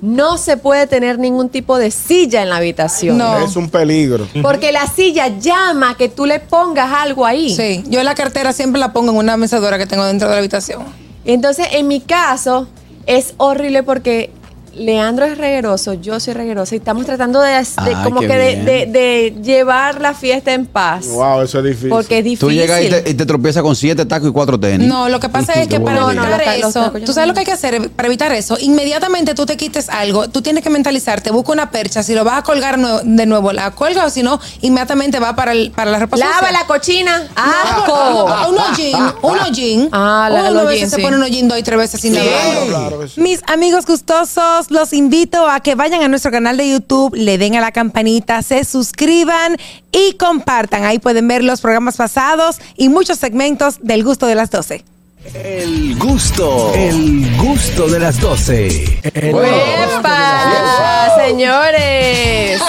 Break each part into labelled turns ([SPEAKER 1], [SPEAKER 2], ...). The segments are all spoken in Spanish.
[SPEAKER 1] No se puede tener ningún tipo de silla en la habitación.
[SPEAKER 2] No.
[SPEAKER 3] Es un peligro.
[SPEAKER 1] Porque la silla llama a que tú le pongas algo ahí.
[SPEAKER 2] Sí, yo la cartera siempre la pongo en una mecedora que tengo dentro de la habitación.
[SPEAKER 1] Entonces, en mi caso, es horrible porque Leandro es regueroso, yo soy reguerosa y estamos tratando de, de-
[SPEAKER 4] Ah,
[SPEAKER 1] como
[SPEAKER 4] qué
[SPEAKER 1] que de,
[SPEAKER 4] bien.
[SPEAKER 1] de- de llevar la fiesta en paz.
[SPEAKER 3] Wow, eso es difícil.
[SPEAKER 1] Porque es difícil.
[SPEAKER 4] Tú llegas y te, y te tropiezas con siete tacos y cuatro tenis.
[SPEAKER 2] No, lo que pasa es que para
[SPEAKER 1] bueno. No, no, los
[SPEAKER 2] evitar
[SPEAKER 1] tacos, los
[SPEAKER 2] eso,
[SPEAKER 1] tacos yo
[SPEAKER 2] tú
[SPEAKER 1] no me
[SPEAKER 2] sabes lo que hay que hacer para evitar eso. Inmediatamente tú te quites algo, tú tienes que mentalizarte, busca una percha, si lo vas a colgar nue- de nuevo, la colga o si no, inmediatamente va para, el, para la ropa
[SPEAKER 1] Lava
[SPEAKER 2] sucia.
[SPEAKER 1] la cochina.
[SPEAKER 5] Ah,
[SPEAKER 2] No,
[SPEAKER 1] ¡Asco!
[SPEAKER 2] no, Un hollín, un hollín.
[SPEAKER 1] Ah, la-
[SPEAKER 2] Uno
[SPEAKER 1] los
[SPEAKER 2] a
[SPEAKER 1] jeans,
[SPEAKER 2] veces se
[SPEAKER 1] sí.
[SPEAKER 2] pone un hollín dos y tres veces sin lavarlo.
[SPEAKER 3] Claro, claro que sí.
[SPEAKER 5] Mis amigos gustosos, los invito a que vayan a nuestro canal de YouTube, le den a la campanita, se suscriban y compartan. Ahí pueden ver los programas pasados y muchos segmentos del gusto de las 12.
[SPEAKER 6] El gusto, el gusto de las 12. El-
[SPEAKER 1] ¡Epa! Señores,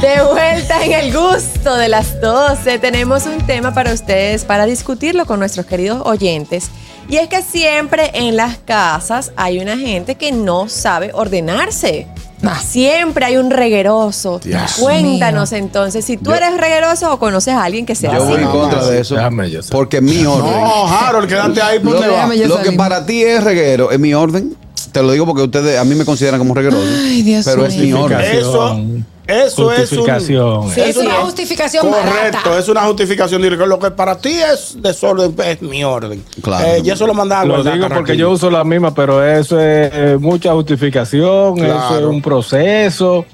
[SPEAKER 1] de vuelta en el gusto de las 12. Tenemos un tema para ustedes, para discutirlo con nuestros queridos oyentes. Y es que siempre en las casas hay una gente que no sabe ordenarse.
[SPEAKER 2] Ah.
[SPEAKER 1] Siempre hay un regueroso.
[SPEAKER 3] Dios
[SPEAKER 1] Cuéntanos entonces si tú eres regueroso o conoces a alguien que sea
[SPEAKER 4] Yo
[SPEAKER 1] así.
[SPEAKER 4] voy en contra de eso.
[SPEAKER 6] Déjame, yo sé.
[SPEAKER 4] Porque es mi orden.
[SPEAKER 3] No, Harold, quédate ahí por
[SPEAKER 4] Lo,
[SPEAKER 3] donde va.
[SPEAKER 2] Déjame yo
[SPEAKER 4] lo
[SPEAKER 2] salir.
[SPEAKER 4] que para ti es reguero, es mi orden. Te lo digo porque ustedes a mí me consideran como reguero.
[SPEAKER 2] Ay, Dios
[SPEAKER 4] Pero es
[SPEAKER 2] mío.
[SPEAKER 4] mi orden.
[SPEAKER 3] Eso, eso es un,
[SPEAKER 6] Justificación.
[SPEAKER 2] Sí, es
[SPEAKER 3] un-
[SPEAKER 2] una justificación
[SPEAKER 3] Correcto,
[SPEAKER 2] barata.
[SPEAKER 3] es una justificación. directa. Lo que para ti es desorden, es mi orden.
[SPEAKER 4] Claro.
[SPEAKER 3] Eh, y eso lo mandaba a
[SPEAKER 7] Lo
[SPEAKER 3] guardar,
[SPEAKER 7] digo porque
[SPEAKER 3] tranquilo.
[SPEAKER 7] yo uso la misma, pero eso es eh, mucha justificación, eso es
[SPEAKER 3] Claro. Mm.
[SPEAKER 7] un proceso.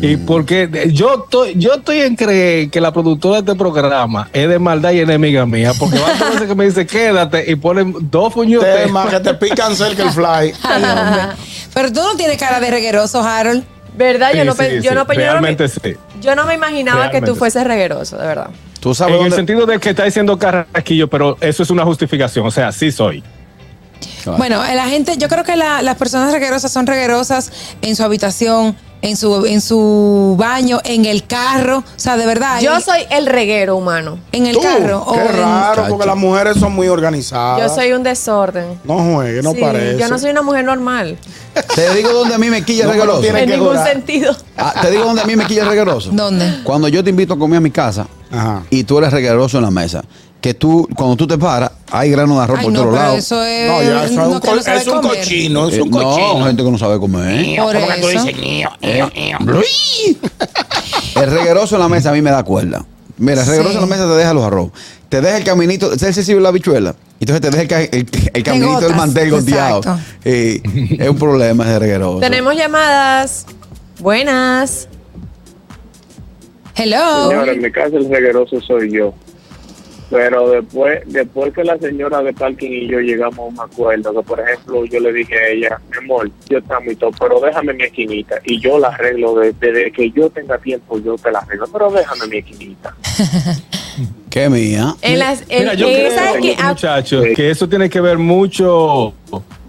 [SPEAKER 7] Y porque de- yo estoy, yo estoy en creer que la productora de este programa es de maldad y enemiga mía, porque van a veces que me dice quédate y ponen dos puñotes.
[SPEAKER 3] Tema que te pican cerca el fly.
[SPEAKER 2] Ay, hombre. Pero tú no tienes cara de regueroso, Harold.
[SPEAKER 1] ¿Verdad? Ah, yo
[SPEAKER 7] Sí,
[SPEAKER 1] no, pe-
[SPEAKER 7] sí,
[SPEAKER 1] yo
[SPEAKER 7] sí,
[SPEAKER 1] no pe- yo no me-
[SPEAKER 7] realmente sí.
[SPEAKER 1] yo no me imaginaba que
[SPEAKER 7] Realmente
[SPEAKER 1] tú
[SPEAKER 7] sí.
[SPEAKER 1] fueses regueroso, de verdad.
[SPEAKER 4] Tú sabes
[SPEAKER 7] En el
[SPEAKER 4] dónde-
[SPEAKER 7] sentido de que está diciendo carrasquillo, pero eso es una justificación, o sea, sí soy.
[SPEAKER 3] Ah.
[SPEAKER 4] Claro.
[SPEAKER 2] Bueno, eh, la gente, yo creo que la- las personas reguerosas son reguerosas en su habitación, en su, en su baño, en el carro. O sea, de verdad.
[SPEAKER 1] Yo
[SPEAKER 2] en-
[SPEAKER 1] soy el reguero humano.
[SPEAKER 2] en el
[SPEAKER 3] Tú,
[SPEAKER 2] carro. o
[SPEAKER 3] Qué
[SPEAKER 2] en-
[SPEAKER 3] raro, porque
[SPEAKER 4] Chacho.
[SPEAKER 3] las mujeres son muy organizadas.
[SPEAKER 1] Yo soy un desorden.
[SPEAKER 3] No juegue, no
[SPEAKER 1] Sí,
[SPEAKER 3] parece.
[SPEAKER 1] Yo no soy una mujer normal.
[SPEAKER 4] Te digo donde a mí me quilla
[SPEAKER 3] No, pero
[SPEAKER 4] regueroso.
[SPEAKER 3] tiene- Hay
[SPEAKER 1] En
[SPEAKER 3] que
[SPEAKER 1] ningún
[SPEAKER 3] jurar.
[SPEAKER 1] sentido.
[SPEAKER 4] Ah, te digo donde a mí me quilla regueroso.
[SPEAKER 2] ¿Dónde?
[SPEAKER 4] Cuando yo te invito a comer a mi casa
[SPEAKER 3] Ajá.
[SPEAKER 4] y tú eres regueroso en la mesa, que tú, cuando tú te paras, hay grano de arroz
[SPEAKER 2] Ay,
[SPEAKER 4] por
[SPEAKER 2] no,
[SPEAKER 4] todos
[SPEAKER 2] pero
[SPEAKER 4] lados.
[SPEAKER 2] eso es.
[SPEAKER 3] No, ya, eso es un,
[SPEAKER 2] que
[SPEAKER 3] co-
[SPEAKER 2] Eh, no sabe
[SPEAKER 3] es un
[SPEAKER 2] comer.
[SPEAKER 3] cochino, es
[SPEAKER 4] Eh,
[SPEAKER 3] un cochino.
[SPEAKER 4] no, gente ¿eh? que no sabe comer.
[SPEAKER 2] Por
[SPEAKER 6] ¿Cómo que tú
[SPEAKER 2] eso.
[SPEAKER 6] dices, ño, ño, ño?
[SPEAKER 4] El regueroso en la mesa a mí me da cuerda. Mira, el
[SPEAKER 2] Sí.
[SPEAKER 4] regueroso en la mesa te deja los arroz. Te deja el caminito, es excesivo la bichuela. Entonces te deja el, ca- el- el caminito del
[SPEAKER 2] gotas,
[SPEAKER 4] mantel goteado.
[SPEAKER 2] exacto.
[SPEAKER 4] Y es un problema ese regueroso.
[SPEAKER 1] Tenemos llamadas. Buenas.
[SPEAKER 2] Hello.
[SPEAKER 8] Señora, en mi casa el regueroso soy yo. Pero después después que la señora de parking y yo llegamos a un acuerdo, que por ejemplo yo le dije a ella, mi amor, yo estamos y todo, pero déjame mi esquinita. Y yo la arreglo de- desde que yo tenga tiempo, yo te la arreglo, pero déjame mi esquinita.
[SPEAKER 4] Qué mía.
[SPEAKER 1] En las, en,
[SPEAKER 7] Mira, yo
[SPEAKER 1] en
[SPEAKER 7] creo,
[SPEAKER 1] esas que- ah,
[SPEAKER 7] muchachos, que eso tiene que ver mucho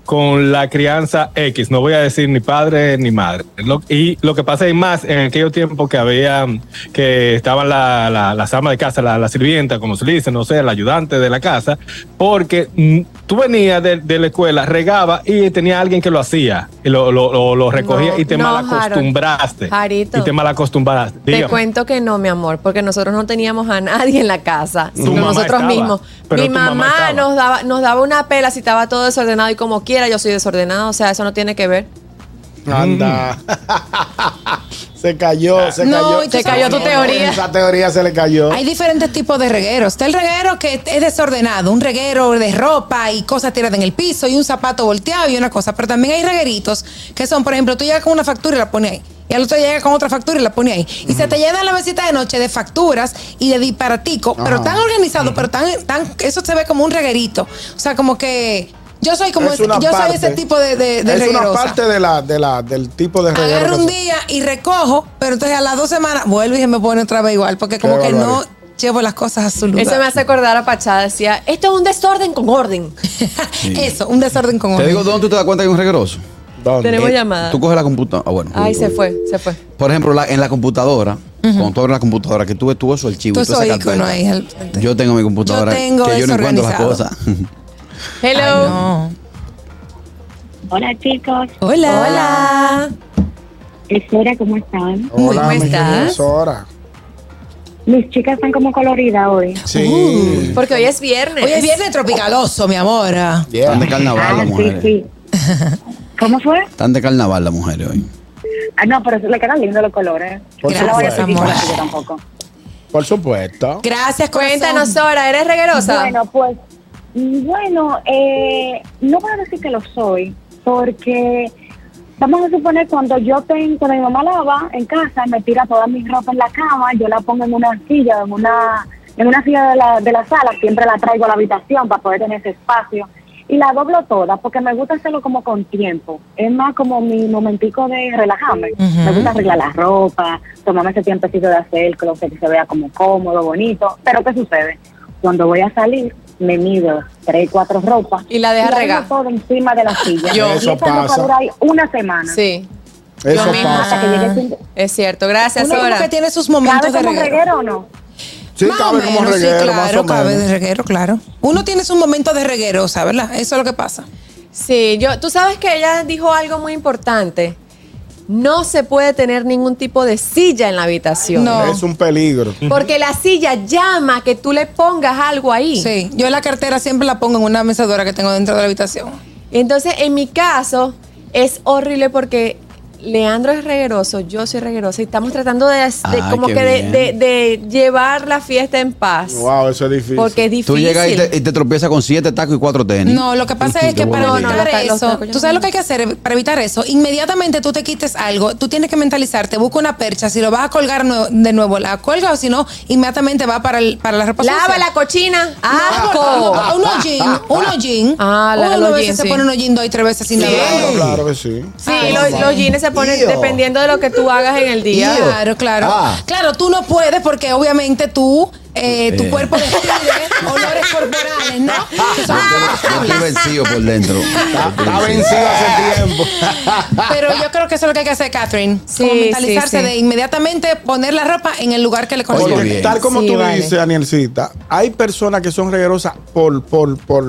[SPEAKER 7] con la crianza X. No voy a decir ni padre ni madre. Lo- y lo que pasa es más en aquellos tiempos que había, que estaban la- la- las amas de casa, la, la sirvienta, como se le dice, no sé, la ayudante de la casa, porque mm, tú venías de, de la escuela, regaba y tenía alguien que lo hacía, y lo, lo- lo- lo recogía
[SPEAKER 1] No,
[SPEAKER 7] y te
[SPEAKER 1] no,
[SPEAKER 7] malacostumbraste.
[SPEAKER 1] Harold. Jarito.
[SPEAKER 7] Y te malacostumbraste.
[SPEAKER 1] te
[SPEAKER 7] Dígame.
[SPEAKER 1] cuento que no, mi amor, porque nosotros no teníamos a nadie en la casa, sino
[SPEAKER 7] mamá
[SPEAKER 1] nosotros
[SPEAKER 7] estaba,
[SPEAKER 1] mismos.
[SPEAKER 7] pero
[SPEAKER 1] Mi
[SPEAKER 7] tu mamá
[SPEAKER 1] mamá
[SPEAKER 7] estaba.
[SPEAKER 1] nos daba, nos daba una pela si estaba todo desordenado y como quiera yo soy desordenado, o sea, eso no tiene que ver.
[SPEAKER 3] Anda. se cayó, se
[SPEAKER 2] No,
[SPEAKER 3] cayó.
[SPEAKER 2] y tú
[SPEAKER 1] Se cayó tu teoría.
[SPEAKER 3] Esa teoría se le cayó.
[SPEAKER 2] Hay diferentes tipos de regueros. Está el reguero que es desordenado, un reguero de ropa y cosas tiradas en el piso y un zapato volteado y una cosa. Pero también hay regueritos que son, por ejemplo, tú llegas con una factura y la pones ahí. Y al otro día llega con otra factura y la pone ahí. Y se te llena la mesita de noche de facturas y de disparatico, pero tan organizado, pero tan, tan, eso se ve como un reguerito. O sea, como que yo soy como
[SPEAKER 3] Es
[SPEAKER 2] ese-
[SPEAKER 3] una
[SPEAKER 2] yo
[SPEAKER 3] parte-
[SPEAKER 2] soy ese tipo de, de, de
[SPEAKER 3] Es una
[SPEAKER 2] reguerosa.
[SPEAKER 3] parte de la, de la, del tipo de reguero.
[SPEAKER 2] Agarro
[SPEAKER 3] que
[SPEAKER 2] un
[SPEAKER 3] se-
[SPEAKER 2] día y recojo, pero entonces a las dos semanas vuelvo y se me pone otra vez igual, porque como que no
[SPEAKER 3] barbaridad.
[SPEAKER 2] llevo las cosas a su lugar.
[SPEAKER 1] Eso me hace acordar a Pachá, decía, esto es un desorden con orden.
[SPEAKER 2] Eso, un desorden con
[SPEAKER 4] Te
[SPEAKER 2] orden.
[SPEAKER 4] digo dónde tú te das cuenta que es un regueroso.
[SPEAKER 3] ¿Dónde?
[SPEAKER 1] Tenemos
[SPEAKER 4] Eh,
[SPEAKER 1] llamada.
[SPEAKER 4] Tú coges la computadora. Ah, bueno.
[SPEAKER 1] Ay, se fue, se fue.
[SPEAKER 4] Por ejemplo, la- en la computadora, cuando tú abres la computadora, que tú ves tu eso archivo.
[SPEAKER 2] Tú
[SPEAKER 4] y toda esa
[SPEAKER 2] soy icono
[SPEAKER 4] carpeta.
[SPEAKER 2] ahí al frente.
[SPEAKER 4] Yo tengo mi computadora.
[SPEAKER 2] Yo tengo
[SPEAKER 4] que yo
[SPEAKER 2] eso
[SPEAKER 4] no encuentro las
[SPEAKER 2] organizado.
[SPEAKER 4] cosas.
[SPEAKER 1] Hello.
[SPEAKER 2] Ay, no.
[SPEAKER 9] Hola chicos,
[SPEAKER 5] Hola.
[SPEAKER 1] Hola.
[SPEAKER 9] Sora, ¿cómo están?
[SPEAKER 1] ¿Cómo
[SPEAKER 3] mi
[SPEAKER 1] estás?
[SPEAKER 3] profesora.
[SPEAKER 9] Mis chicas están como coloridas hoy.
[SPEAKER 3] Sí.
[SPEAKER 2] Uh.
[SPEAKER 1] Porque hoy es viernes.
[SPEAKER 2] Oye, viene tropicaloso, mi amor. ah.
[SPEAKER 3] Yeah.
[SPEAKER 4] Están de carnaval
[SPEAKER 9] Ah,
[SPEAKER 4] las
[SPEAKER 9] sí,
[SPEAKER 4] mujeres.
[SPEAKER 9] sí. ¿Cómo fue?
[SPEAKER 4] Están de carnaval las mujeres hoy.
[SPEAKER 9] Ah, no, pero le quedan lindos los colores.
[SPEAKER 3] Por
[SPEAKER 9] no la voy a
[SPEAKER 2] Gracias,
[SPEAKER 3] supuesto.
[SPEAKER 9] criticar
[SPEAKER 2] amor.
[SPEAKER 9] así yo tampoco.
[SPEAKER 3] Por supuesto.
[SPEAKER 2] Gracias, corazón.
[SPEAKER 1] Cuéntanos, Sora, ¿eres reguerosa?
[SPEAKER 9] Bueno, pues, bueno, eh, no puedo decir que lo soy, porque vamos a suponer cuando yo tengo, cuando mi mamá lava en casa, me tira toda mi ropa en la cama, yo la pongo en una silla, en una, en una silla de la, de la sala, siempre la traigo a la habitación para poder tener ese espacio. Y la doblo toda, porque me gusta hacerlo como con tiempo. Es más como mi momentico de relajarme. Me gusta arreglar la ropa, tomarme ese tiempecito de hacer el closet que se vea como cómodo, bonito. Pero ¿qué sucede? Cuando voy a salir, me mido tres, cuatro ropas.
[SPEAKER 1] Y la deja
[SPEAKER 9] dejo
[SPEAKER 1] regada.
[SPEAKER 9] todo encima de la silla.
[SPEAKER 3] Yo.
[SPEAKER 9] y
[SPEAKER 3] Eso
[SPEAKER 9] esa ropa
[SPEAKER 3] pasa.
[SPEAKER 9] dura ahí una semana.
[SPEAKER 1] Sí,
[SPEAKER 3] Eso
[SPEAKER 1] yo misma.
[SPEAKER 3] pasa.
[SPEAKER 9] Hasta que llegue el fin de-
[SPEAKER 1] es cierto. Gracias,
[SPEAKER 2] Uno como
[SPEAKER 1] Sora.
[SPEAKER 2] que tiene sus
[SPEAKER 9] ¿Cabe
[SPEAKER 2] momentos de
[SPEAKER 9] como
[SPEAKER 2] reguero.
[SPEAKER 9] reguero o no?
[SPEAKER 3] Sí,
[SPEAKER 2] Más o
[SPEAKER 3] cabe como
[SPEAKER 2] menos, sí,
[SPEAKER 3] reguero,
[SPEAKER 2] claro,
[SPEAKER 3] más o
[SPEAKER 2] cabe
[SPEAKER 3] menos.
[SPEAKER 2] de reguero, claro. Uno tiene sus momentos de reguero, o sea, ¿verdad? Eso es lo que pasa.
[SPEAKER 1] Sí, yo, tú sabes que ella dijo algo muy importante. No se puede tener ningún tipo de silla en la habitación.
[SPEAKER 2] No.
[SPEAKER 3] Es un peligro.
[SPEAKER 1] Porque la silla llama a que tú le pongas algo ahí.
[SPEAKER 2] Sí, yo la cartera siempre la pongo en una mecedora que tengo dentro de la habitación.
[SPEAKER 1] Entonces, en mi caso, es horrible porque Leandro es regueroso, yo soy reguerosa y estamos tratando de, de-
[SPEAKER 4] Ah,
[SPEAKER 1] como
[SPEAKER 4] qué
[SPEAKER 1] que de,
[SPEAKER 4] bien.
[SPEAKER 1] de- de llevar la fiesta en paz.
[SPEAKER 3] Wow, eso es difícil.
[SPEAKER 1] Porque es difícil.
[SPEAKER 4] Tú llegas y te, y te tropiezas con siete tacos y cuatro tenis.
[SPEAKER 2] No, lo que pasa es
[SPEAKER 4] Qué
[SPEAKER 2] que para
[SPEAKER 4] bueno.
[SPEAKER 1] No, no, los
[SPEAKER 2] evitar
[SPEAKER 1] ta- los
[SPEAKER 2] eso,
[SPEAKER 1] tacos ya
[SPEAKER 2] tú
[SPEAKER 1] no.
[SPEAKER 2] sabes lo que hay que hacer para evitar eso. Inmediatamente tú te quites algo, tú tienes que mentalizarte, busca una percha, si lo vas a colgar nue- de nuevo, la cuelga o si no, inmediatamente va para, el, para la ropa
[SPEAKER 1] Lava
[SPEAKER 2] Pues sucia.
[SPEAKER 1] la cochina.
[SPEAKER 2] Ah,
[SPEAKER 1] ¡Asco!
[SPEAKER 2] no, no, uno jean, uno jean.
[SPEAKER 1] Ah, la-
[SPEAKER 2] uno
[SPEAKER 1] los
[SPEAKER 2] a veces
[SPEAKER 1] jeans,
[SPEAKER 2] se
[SPEAKER 1] sí.
[SPEAKER 2] pone uno jean dos y tres veces sin
[SPEAKER 3] Claro,
[SPEAKER 2] lavar.
[SPEAKER 3] claro que sí.
[SPEAKER 1] Sí, los, los jeans se ponen
[SPEAKER 3] Tío.
[SPEAKER 1] dependiendo de lo que tú hagas en el día.
[SPEAKER 2] Claro, claro.
[SPEAKER 4] Ah.
[SPEAKER 2] Claro, tú no puedes porque obviamente tú, eh, tu
[SPEAKER 4] Eh.
[SPEAKER 2] cuerpo despide olores corporales, ¿no? Que son
[SPEAKER 4] Yo estoy vencido por dentro.
[SPEAKER 3] Está, está vencido hace tiempo.
[SPEAKER 2] Pero yo creo que eso es lo que hay que hacer, Catherine.
[SPEAKER 1] Sí,
[SPEAKER 2] como
[SPEAKER 1] sí,
[SPEAKER 2] mentalizarse
[SPEAKER 1] sí.
[SPEAKER 2] de inmediatamente poner la ropa en el lugar que le
[SPEAKER 4] Oye,
[SPEAKER 2] corresponde.
[SPEAKER 4] bien.
[SPEAKER 3] tal como
[SPEAKER 1] Sí,
[SPEAKER 3] tú
[SPEAKER 1] vale.
[SPEAKER 3] dices, Danielcita, hay personas que son reguerosas por, por, por,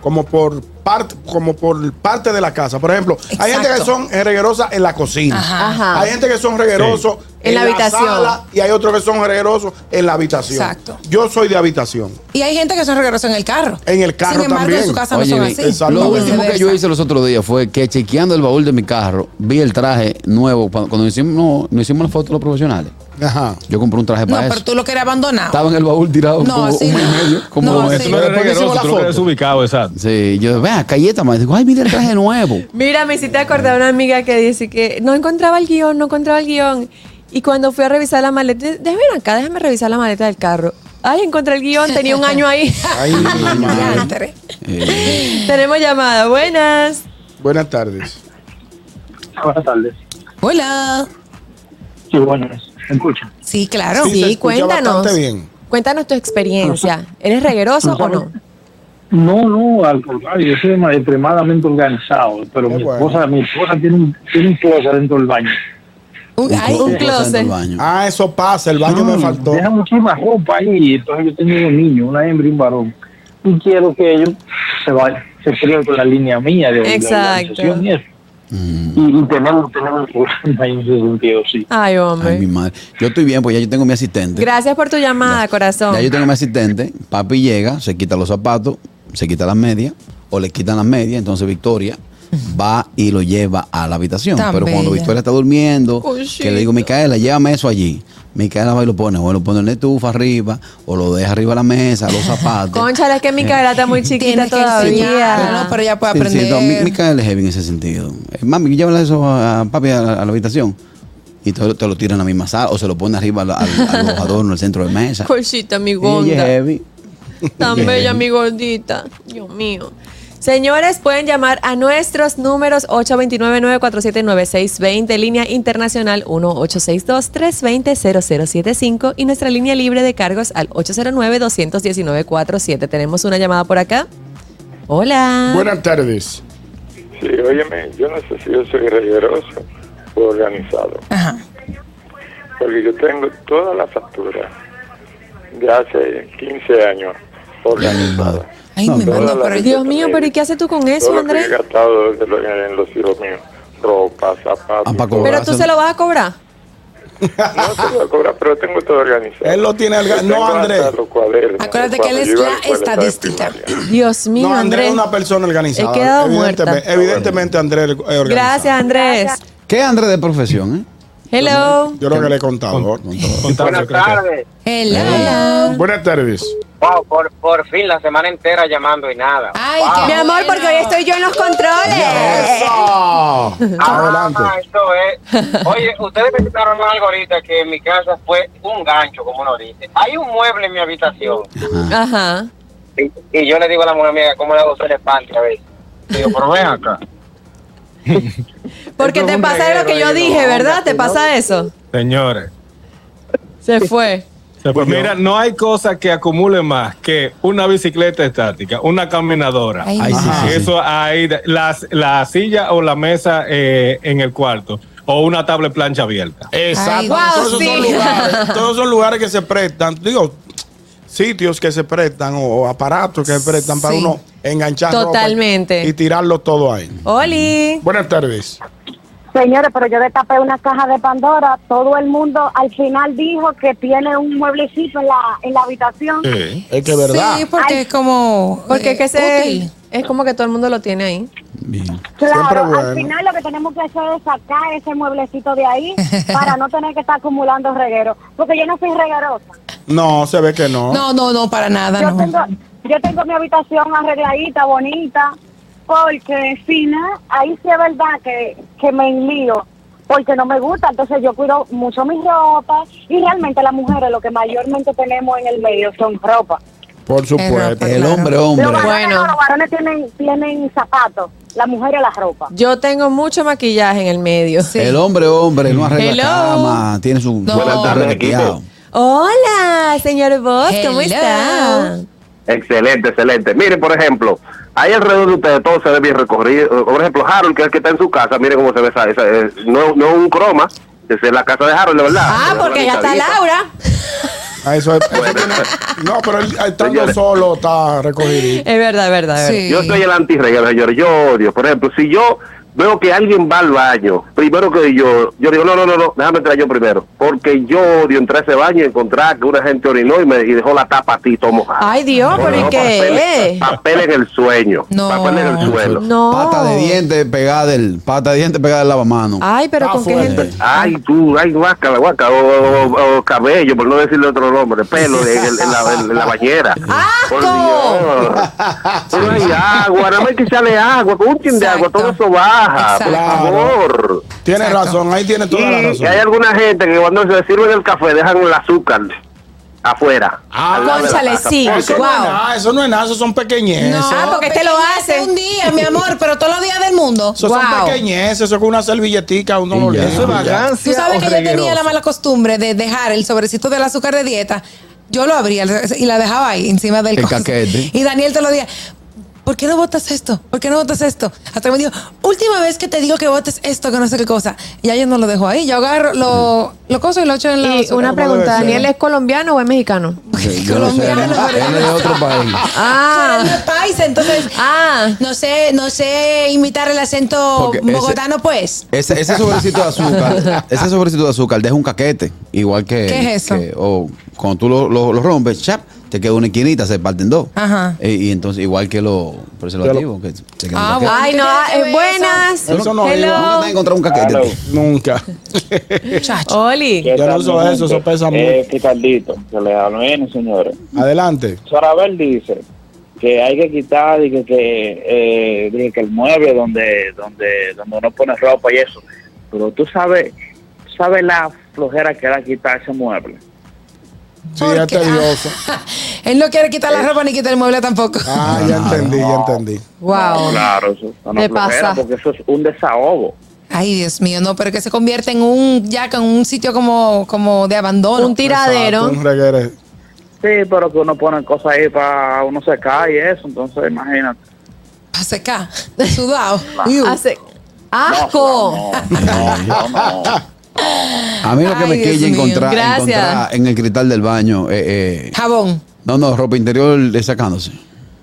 [SPEAKER 3] como por parte, como por parte de la casa. Por ejemplo, hay gente que
[SPEAKER 2] Exacto.
[SPEAKER 3] son reguerosas en la cocina.
[SPEAKER 2] Ajá.
[SPEAKER 1] Ajá.
[SPEAKER 3] Hay gente que son reguerosos
[SPEAKER 1] En la habitación.
[SPEAKER 3] sala y hay otros que son reguerosos en la habitación.
[SPEAKER 2] Exacto.
[SPEAKER 3] Yo soy de habitación.
[SPEAKER 2] Y hay gente que son reguerosos en el carro.
[SPEAKER 3] En el carro
[SPEAKER 2] Sin embargo,
[SPEAKER 3] también.
[SPEAKER 2] en su casa
[SPEAKER 4] Oye,
[SPEAKER 2] no
[SPEAKER 4] vi-
[SPEAKER 2] son así.
[SPEAKER 3] exacto.
[SPEAKER 4] lo
[SPEAKER 3] No,
[SPEAKER 4] último que
[SPEAKER 2] viceversa.
[SPEAKER 4] yo hice los otros días fue que chequeando el baúl de mi carro, vi el traje nuevo. Cuando, cuando hicimos, no, nos hicimos las fotos los profesionales,
[SPEAKER 3] Ajá.
[SPEAKER 4] yo compré un traje
[SPEAKER 2] No,
[SPEAKER 4] para
[SPEAKER 2] pero
[SPEAKER 4] eso.
[SPEAKER 2] tú lo quieres abandonar.
[SPEAKER 4] Estaba en el baúl tirado
[SPEAKER 2] No,
[SPEAKER 4] como
[SPEAKER 2] así
[SPEAKER 4] un mes
[SPEAKER 2] no.
[SPEAKER 4] y medio.
[SPEAKER 2] No,
[SPEAKER 4] Como dos
[SPEAKER 2] así
[SPEAKER 4] meses.
[SPEAKER 7] Tú no eres
[SPEAKER 3] Después que hicimos
[SPEAKER 7] regueroso,
[SPEAKER 3] la
[SPEAKER 7] tú no eres
[SPEAKER 3] foto.
[SPEAKER 7] ubicado, exacto.
[SPEAKER 4] Sí, yo, vea, calleta, me digo, ay, mira el traje nuevo.
[SPEAKER 1] Mira, me hiciste acordar a una amiga que dice que no encontraba el guión, no encontraba el guión. Y cuando fui a revisar la maleta, de- déjame ir acá, déjame revisar la maleta del carro. Ay, encontré el guión, tenía un año ahí.
[SPEAKER 3] Ay, mi madre.
[SPEAKER 2] Diantre.
[SPEAKER 4] Eh,
[SPEAKER 1] Tenemos llamada, buenas.
[SPEAKER 3] Buenas tardes.
[SPEAKER 8] Buenas tardes.
[SPEAKER 2] Hola.
[SPEAKER 8] Sí, buenas. ¿Me escuchan?
[SPEAKER 2] Sí, claro.
[SPEAKER 3] Sí, se
[SPEAKER 1] Sí,
[SPEAKER 3] escucha
[SPEAKER 1] cuéntanos.
[SPEAKER 3] bastante bien.
[SPEAKER 1] Cuéntanos tu experiencia. ¿Eres regueroso o no?
[SPEAKER 8] No, no, al contrario, yo soy dema- extremadamente organizado, pero
[SPEAKER 3] Qué
[SPEAKER 8] mi
[SPEAKER 3] bueno.
[SPEAKER 8] esposa, mi esposa tiene un, tiene un closet dentro del baño.
[SPEAKER 2] Un- ay,
[SPEAKER 1] un
[SPEAKER 4] cosa dentro
[SPEAKER 1] closet.
[SPEAKER 4] del baño.
[SPEAKER 3] Ah, eso pasa, el baño me
[SPEAKER 8] Mm,
[SPEAKER 3] faltó.
[SPEAKER 8] Deja muchísima ropa ahí, entonces yo tengo dos niños, una hembra y un varón. Y quiero que ellos se vayan, se creen con la línea mía de, de
[SPEAKER 1] Exacto.
[SPEAKER 8] organización y eso. Y, y tenemos, tenemos problemas ahí en ese sentido, sí.
[SPEAKER 1] Ay,
[SPEAKER 4] Ay, mi
[SPEAKER 1] hombre.
[SPEAKER 4] madre. Yo estoy bien, pues ya yo tengo mi asistente.
[SPEAKER 1] Gracias por tu llamada, corazón.
[SPEAKER 4] Ya yo tengo mi asistente. Papi llega, se quita los zapatos, se quita las medias, o le quitan las medias. Entonces Victoria va y lo lleva a la habitación.
[SPEAKER 2] Tan
[SPEAKER 4] Pero cuando
[SPEAKER 2] bella.
[SPEAKER 4] Victoria está durmiendo,
[SPEAKER 1] Cosita.
[SPEAKER 4] que le digo, Micaela, llévame eso allí. Micaela va y lo pone, o lo pone en la estufa arriba, o lo deja arriba de la mesa, los zapatos.
[SPEAKER 1] Concha, es que mi cara está muy chiquita
[SPEAKER 2] Tienes que enseñar,
[SPEAKER 1] todavía.
[SPEAKER 2] ¿no? Pero ya puede
[SPEAKER 4] Sí, sí,
[SPEAKER 2] aprender.
[SPEAKER 4] no, Mi- Micaela es heavy en ese sentido. Eh, Mami, llévala eso a, a papi a, la- a la habitación. Y te, te lo tira en la misma sala, o se lo pone arriba al, al, al adorno, al centro de mesa.
[SPEAKER 1] Conchita, mi
[SPEAKER 4] Ella es
[SPEAKER 1] gonda.
[SPEAKER 4] heavy.
[SPEAKER 1] Tan bella, mi gordita. Dios mío. Señores, pueden llamar a nuestros números 829-947-9620, línea internacional 1-862-320-0075 y nuestra línea libre de cargos al 809-219-47. Tenemos una llamada por acá. Hola.
[SPEAKER 3] Buenas tardes.
[SPEAKER 10] Sí, óyeme, yo no sé si yo soy regueroso o organizado.
[SPEAKER 2] Ajá.
[SPEAKER 10] Porque yo tengo todas las facturas de hace 15 años Por la
[SPEAKER 1] Ay, me
[SPEAKER 10] toda
[SPEAKER 1] manda
[SPEAKER 10] la
[SPEAKER 1] por ahí.
[SPEAKER 10] riqueza
[SPEAKER 1] Dios mío,
[SPEAKER 10] que-
[SPEAKER 1] pero ¿y qué haces tú con eso,
[SPEAKER 10] todo lo que
[SPEAKER 1] Andrés?
[SPEAKER 10] he gastado desde lo- en los hijos míos. Ropa, zapatos.
[SPEAKER 4] Ah, para
[SPEAKER 10] todo.
[SPEAKER 1] Pero tú se lo vas a cobrar.
[SPEAKER 10] No te lo voy a cobrar, pero tengo todo organizado.
[SPEAKER 3] Él lo tiene al-
[SPEAKER 10] Yo
[SPEAKER 3] no,
[SPEAKER 10] tengo hasta
[SPEAKER 3] Andrés.
[SPEAKER 10] los cuadernos.
[SPEAKER 2] Acuérdate que él
[SPEAKER 10] Cuando
[SPEAKER 2] es
[SPEAKER 10] yo iba a
[SPEAKER 2] la
[SPEAKER 10] escuela estaba en
[SPEAKER 2] estadística.
[SPEAKER 10] primaria.
[SPEAKER 1] Dios mío,
[SPEAKER 3] No, Andrés
[SPEAKER 1] Andrés.
[SPEAKER 3] es una persona organizada.
[SPEAKER 1] He quedado muerta.
[SPEAKER 3] evidentemente, evidentemente Andrés es organizado.
[SPEAKER 1] Gracias, Andrés.
[SPEAKER 4] ¿Qué Andrés de profesión, eh?
[SPEAKER 1] Hello.
[SPEAKER 3] Yo creo que le he contado.
[SPEAKER 7] Contado, yo
[SPEAKER 11] Buenas
[SPEAKER 7] creo que-
[SPEAKER 11] tardes.
[SPEAKER 2] Hola.
[SPEAKER 3] Buenas tardes.
[SPEAKER 11] Wow, por, por fin la semana entera llamando y nada.
[SPEAKER 1] Ah.
[SPEAKER 2] Ay,
[SPEAKER 11] Wow.
[SPEAKER 2] qué
[SPEAKER 1] Mi amor, porque hoy estoy yo en los controles.
[SPEAKER 3] ¡Eso!
[SPEAKER 11] Ah,
[SPEAKER 3] Adelante.
[SPEAKER 11] eso es. Oye, ustedes presentaron algo ahorita que en mi casa fue un gancho, como uno dice. Hay un mueble en mi habitación.
[SPEAKER 2] Ah.
[SPEAKER 1] Ajá.
[SPEAKER 11] Y, y yo le digo a la mujer mía, ¿cómo le hago hacer espante a veces? Digo, pero ven acá.
[SPEAKER 1] Porque
[SPEAKER 11] Esto es
[SPEAKER 1] te
[SPEAKER 11] un
[SPEAKER 1] pasa lo que yo
[SPEAKER 11] reguero,
[SPEAKER 1] dije,
[SPEAKER 11] hombre,
[SPEAKER 1] ¿verdad? ¿Te
[SPEAKER 11] que
[SPEAKER 1] pasa eso?
[SPEAKER 7] Señores.
[SPEAKER 1] Se fue.
[SPEAKER 7] Pues mira, no hay cosa que acumule más que una bicicleta estática, una caminadora.
[SPEAKER 2] Ay,
[SPEAKER 4] Ay, sí,
[SPEAKER 7] Ajá.
[SPEAKER 4] sí, sí.
[SPEAKER 7] Eso ahí, las- la, silla o la mesa eh, en el cuarto, o una tablet plancha abierta.
[SPEAKER 3] Exacto.
[SPEAKER 1] Wow,
[SPEAKER 3] todos, esos son
[SPEAKER 1] sí.
[SPEAKER 3] lugares, todos son lugares que se prestan, digo, sitios que se prestan o, o aparatos que se prestan para
[SPEAKER 2] Sí.
[SPEAKER 3] uno enganchar ropa
[SPEAKER 1] Totalmente.
[SPEAKER 3] y tirarlo todo ahí.
[SPEAKER 1] Oli.
[SPEAKER 3] Buenas tardes.
[SPEAKER 9] Señores, pero yo destapé una caja de Pandora. Todo el mundo al final dijo que tiene un mueblecito en la, en la habitación.
[SPEAKER 3] Es que es verdad.
[SPEAKER 2] Sí, porque
[SPEAKER 9] Ay.
[SPEAKER 2] es como.
[SPEAKER 1] Porque es
[SPEAKER 2] eh,
[SPEAKER 1] que se,
[SPEAKER 2] útil.
[SPEAKER 1] es como que todo el mundo lo tiene ahí.
[SPEAKER 4] Bien.
[SPEAKER 3] Siempre
[SPEAKER 9] Claro,
[SPEAKER 3] bueno.
[SPEAKER 9] al final lo que tenemos que hacer es sacar ese mueblecito de ahí para no tener que estar acumulando regueros. Porque yo no soy reguerosa.
[SPEAKER 3] No, se ve que no.
[SPEAKER 2] No, no, no, para nada.
[SPEAKER 9] Yo
[SPEAKER 2] no.
[SPEAKER 9] tengo, yo tengo mi habitación arregladita, bonita, porque si no, ahí sí es verdad que, que me enlío, porque no me gusta, entonces yo cuido mucho mis ropas y realmente las mujeres lo que mayormente tenemos en el medio son ropa.
[SPEAKER 3] Por supuesto.
[SPEAKER 4] El hombre, hombre.
[SPEAKER 9] Los varones,
[SPEAKER 1] Bueno.
[SPEAKER 9] no, los varones tienen, tienen zapatos, las mujeres las ropas.
[SPEAKER 1] Yo tengo mucho maquillaje en el medio.
[SPEAKER 4] El hombre, hombre, no arregla
[SPEAKER 1] Hello.
[SPEAKER 4] cama, tiene su
[SPEAKER 2] No.
[SPEAKER 4] su
[SPEAKER 10] tardes,
[SPEAKER 4] requeteado.
[SPEAKER 10] equipo.
[SPEAKER 1] Hola, señor Vos, ¿cómo
[SPEAKER 2] Hello.
[SPEAKER 1] está?
[SPEAKER 11] Excelente, excelente. Miren, por ejemplo, ahí alrededor de ustedes todo se ve bien recorrido. Eh, Por ejemplo, Harold, que es el que está en su casa, miren cómo se ve esa. esa, eh, no, no un croma, esa es la casa de Harold, la verdad.
[SPEAKER 1] Ah,
[SPEAKER 11] Esa
[SPEAKER 1] porque
[SPEAKER 11] es la
[SPEAKER 1] ya está
[SPEAKER 11] mitadita.
[SPEAKER 1] Laura.
[SPEAKER 3] Ah, eso es- eso tiene- no, pero él estando
[SPEAKER 11] Señores.
[SPEAKER 3] solo está recogido.
[SPEAKER 1] Es verdad, es verdad, es verdad.
[SPEAKER 2] Sí.
[SPEAKER 11] Yo soy el antirregalo, señor. Yo odio, por ejemplo, si yo veo que alguien va al baño, primero que yo, yo digo, no, no, no, no, déjame entrar yo primero. Porque yo odio entrar a ese baño y encontrar que una gente orinó y me y dejó la tapa a ti, todo mojada.
[SPEAKER 1] Ay, Dios, pero ¿y
[SPEAKER 11] Dejó
[SPEAKER 1] qué
[SPEAKER 11] Papel,
[SPEAKER 1] es?
[SPEAKER 11] papel en el sueño.
[SPEAKER 2] No.
[SPEAKER 11] Papel en el suelo.
[SPEAKER 1] No.
[SPEAKER 4] Pata de diente pegada del, pata de diente pegada del lavamano.
[SPEAKER 1] Ay, pero
[SPEAKER 3] Ah,
[SPEAKER 1] con qué
[SPEAKER 3] fuerte.
[SPEAKER 1] gente.
[SPEAKER 11] Ay, tú, ay, guácala, guácala, o, o- o cabello, por no decirle otro nombre, pelo en, el- en la, en la bañera. Por Dios. Tú No hay agua, nada más que sale agua, con un chin de agua,
[SPEAKER 2] Exacto.
[SPEAKER 11] todo eso baja, por
[SPEAKER 3] Exacto.
[SPEAKER 11] favor.
[SPEAKER 3] Tiene
[SPEAKER 2] Exacto.
[SPEAKER 3] razón, ahí tiene toda la
[SPEAKER 11] Y hay
[SPEAKER 3] razón.
[SPEAKER 11] alguna gente que cuando se sirven el café dejan el azúcar afuera.
[SPEAKER 3] Ah,
[SPEAKER 11] al lado de la
[SPEAKER 1] cónchale,
[SPEAKER 11] taza.
[SPEAKER 1] sí.
[SPEAKER 3] Eso no es
[SPEAKER 1] Wow.
[SPEAKER 3] nada, eso no es nada, eso son pequeñeces.
[SPEAKER 2] No,
[SPEAKER 1] Ah, porque este lo hace.
[SPEAKER 2] Un día, mi amor, pero todos los días del mundo.
[SPEAKER 3] Eso
[SPEAKER 1] Wow.
[SPEAKER 3] son pequeñeces, eso con una servilletica uno
[SPEAKER 4] Y
[SPEAKER 3] lo
[SPEAKER 4] ya.
[SPEAKER 3] lee.
[SPEAKER 4] Eso es
[SPEAKER 2] Tú sabes que yo tenía la mala costumbre de dejar el sobrecito del azúcar de dieta. Yo lo abría y la dejaba ahí encima del
[SPEAKER 4] El
[SPEAKER 2] coso.
[SPEAKER 4] caquete.
[SPEAKER 2] Y Daniel te lo decía, ¿por qué no botas esto? ¿Por qué no botas esto? Hasta que me dijo, última vez que te digo que botes esto, que no sé qué cosa. Y ya yo no lo dejo ahí. Yo agarro, lo, lo coso y lo echo en la
[SPEAKER 1] Y
[SPEAKER 2] basura.
[SPEAKER 1] una
[SPEAKER 3] ¿cómo debe
[SPEAKER 1] pregunta,
[SPEAKER 3] ser?
[SPEAKER 1] ¿Daniel es colombiano o es mexicano?
[SPEAKER 4] Sí, yo no sé,
[SPEAKER 2] Colombiano,
[SPEAKER 4] él es- él es de otro país.
[SPEAKER 1] Ah.
[SPEAKER 2] Él es de paisa, entonces...
[SPEAKER 1] Ah.
[SPEAKER 2] No sé, no sé imitar el acento
[SPEAKER 4] Porque ese-
[SPEAKER 2] bogotano, pues.
[SPEAKER 4] Ese, ese sobrecito de azúcar, ese sobrecito de azúcar deja un caquete, igual que.
[SPEAKER 2] ¿Qué es eso?
[SPEAKER 4] que- o cuando tú lo, lo- lo rompes, chap, te queda una esquinita, se parten dos.
[SPEAKER 2] Ajá.
[SPEAKER 4] E- y entonces, igual que los preservativos, que se queda
[SPEAKER 2] Ah,
[SPEAKER 4] un caquete.
[SPEAKER 1] Ay, no,
[SPEAKER 2] ¿Qué tiene que
[SPEAKER 1] eh,
[SPEAKER 2] ver
[SPEAKER 1] buenas.
[SPEAKER 3] eso? Eso no
[SPEAKER 1] Hello.
[SPEAKER 3] iba.
[SPEAKER 4] Nunca te has encontrado un caquete.
[SPEAKER 10] Claro.
[SPEAKER 4] tío.
[SPEAKER 3] Nunca.
[SPEAKER 2] Muchacho.
[SPEAKER 1] Oli.
[SPEAKER 3] Yo no uso eso, eso pesa
[SPEAKER 10] Eh, Ricardito, que le hablo bien, señores.
[SPEAKER 3] Adelante.
[SPEAKER 10] Sorabel dice que hay que quitar dije, que, eh, dije, que el mueble donde donde donde uno pone ropa y eso pero tú sabes tú sabes la flojera que era quitar ese mueble
[SPEAKER 3] Sí,
[SPEAKER 2] ¿Por
[SPEAKER 3] es
[SPEAKER 2] qué?
[SPEAKER 3] tedioso.
[SPEAKER 2] Él no quiere quitar la ropa ni quitar el mueble tampoco.
[SPEAKER 3] Ah, ya entendí, ya entendí.
[SPEAKER 1] Wow.
[SPEAKER 10] claro eso es una
[SPEAKER 1] Le
[SPEAKER 10] flojera
[SPEAKER 1] Oh. pasa.
[SPEAKER 10] porque eso es un desahogo
[SPEAKER 2] Ay, Dios mío, no, pero que se convierte en un ya en un sitio como, como de abandono.
[SPEAKER 1] Un tiradero.
[SPEAKER 3] Exacto, un reguero.
[SPEAKER 10] sí pero que uno pone cosas ahí para uno se cae y eso entonces imagínate
[SPEAKER 2] Hace acá, sudado.
[SPEAKER 1] Hace-
[SPEAKER 10] No,
[SPEAKER 1] ¡Asco!
[SPEAKER 10] no, no, no, no.
[SPEAKER 4] A mí lo que
[SPEAKER 2] Ay,
[SPEAKER 4] me
[SPEAKER 2] Dios
[SPEAKER 4] quilla
[SPEAKER 2] mío.
[SPEAKER 4] encontrar,
[SPEAKER 1] Gracias.
[SPEAKER 4] encontrar en el cristal del baño eh, eh,
[SPEAKER 2] Jabón.
[SPEAKER 4] No, no, ropa interior eh, sacándose.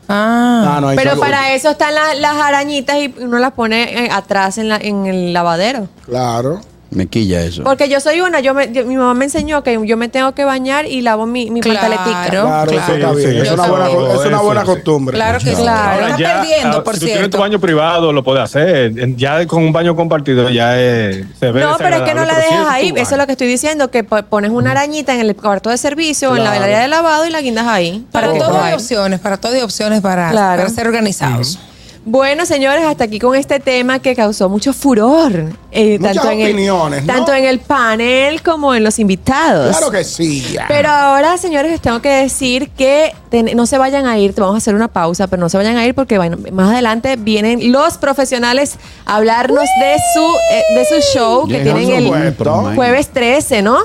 [SPEAKER 1] Ah,
[SPEAKER 4] Ah, no, ahí
[SPEAKER 1] pero
[SPEAKER 4] salgo.
[SPEAKER 1] para eso están la- las arañitas y uno las pone eh, atrás en, la- en el lavadero.
[SPEAKER 4] Claro. Me quilla eso.
[SPEAKER 1] Porque yo soy una, yo me- yo- mi mamá me enseñó que yo me tengo que bañar y lavo mi, mi pantaletica.
[SPEAKER 3] Claro, eso está bien.
[SPEAKER 7] sí,
[SPEAKER 3] es,
[SPEAKER 7] yo
[SPEAKER 3] una buena,
[SPEAKER 7] también.
[SPEAKER 3] co- es una
[SPEAKER 7] Eso,
[SPEAKER 3] buena
[SPEAKER 7] sí.
[SPEAKER 3] costumbre.
[SPEAKER 1] Claro que sí. Claro.
[SPEAKER 7] Ahora
[SPEAKER 1] Estás
[SPEAKER 7] ya,
[SPEAKER 1] perdiendo,
[SPEAKER 7] ah,
[SPEAKER 1] por
[SPEAKER 7] si tú tienes
[SPEAKER 1] cierto.
[SPEAKER 7] tu baño privado, lo puedes hacer. En- Ya con un baño compartido, ya eh, se ve.
[SPEAKER 1] No, pero es que no
[SPEAKER 7] desagradable,
[SPEAKER 1] la
[SPEAKER 7] pero sí
[SPEAKER 1] dejas
[SPEAKER 7] en
[SPEAKER 1] ahí.
[SPEAKER 7] tu
[SPEAKER 1] Eso es lo que estoy diciendo, que po- pones una arañita en el cuarto de servicio o en la
[SPEAKER 2] Claro.
[SPEAKER 1] área de lavado y la guindas ahí.
[SPEAKER 2] Para
[SPEAKER 1] que
[SPEAKER 2] todo hay
[SPEAKER 1] corra.
[SPEAKER 2] opciones, para todo hay opciones para,
[SPEAKER 1] Claro.
[SPEAKER 2] para ser organizados.
[SPEAKER 1] Bueno, señores, hasta aquí con este tema que causó mucho furor, eh,
[SPEAKER 3] Muchas
[SPEAKER 1] tanto, en
[SPEAKER 3] opiniones,
[SPEAKER 1] el,
[SPEAKER 3] ¿no?
[SPEAKER 1] tanto en el panel como en los invitados.
[SPEAKER 3] Claro que sí.
[SPEAKER 1] Pero ahora, señores, les tengo que decir que ten- no se vayan a ir, vamos a hacer una pausa, pero no se vayan a ir porque bueno, más adelante vienen los profesionales a hablarnos de su, eh, de su show que
[SPEAKER 6] Llegando
[SPEAKER 1] tienen el
[SPEAKER 6] puesto.
[SPEAKER 1] jueves 13, ¿no?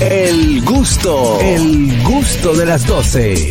[SPEAKER 6] El gusto, el gusto de las 12.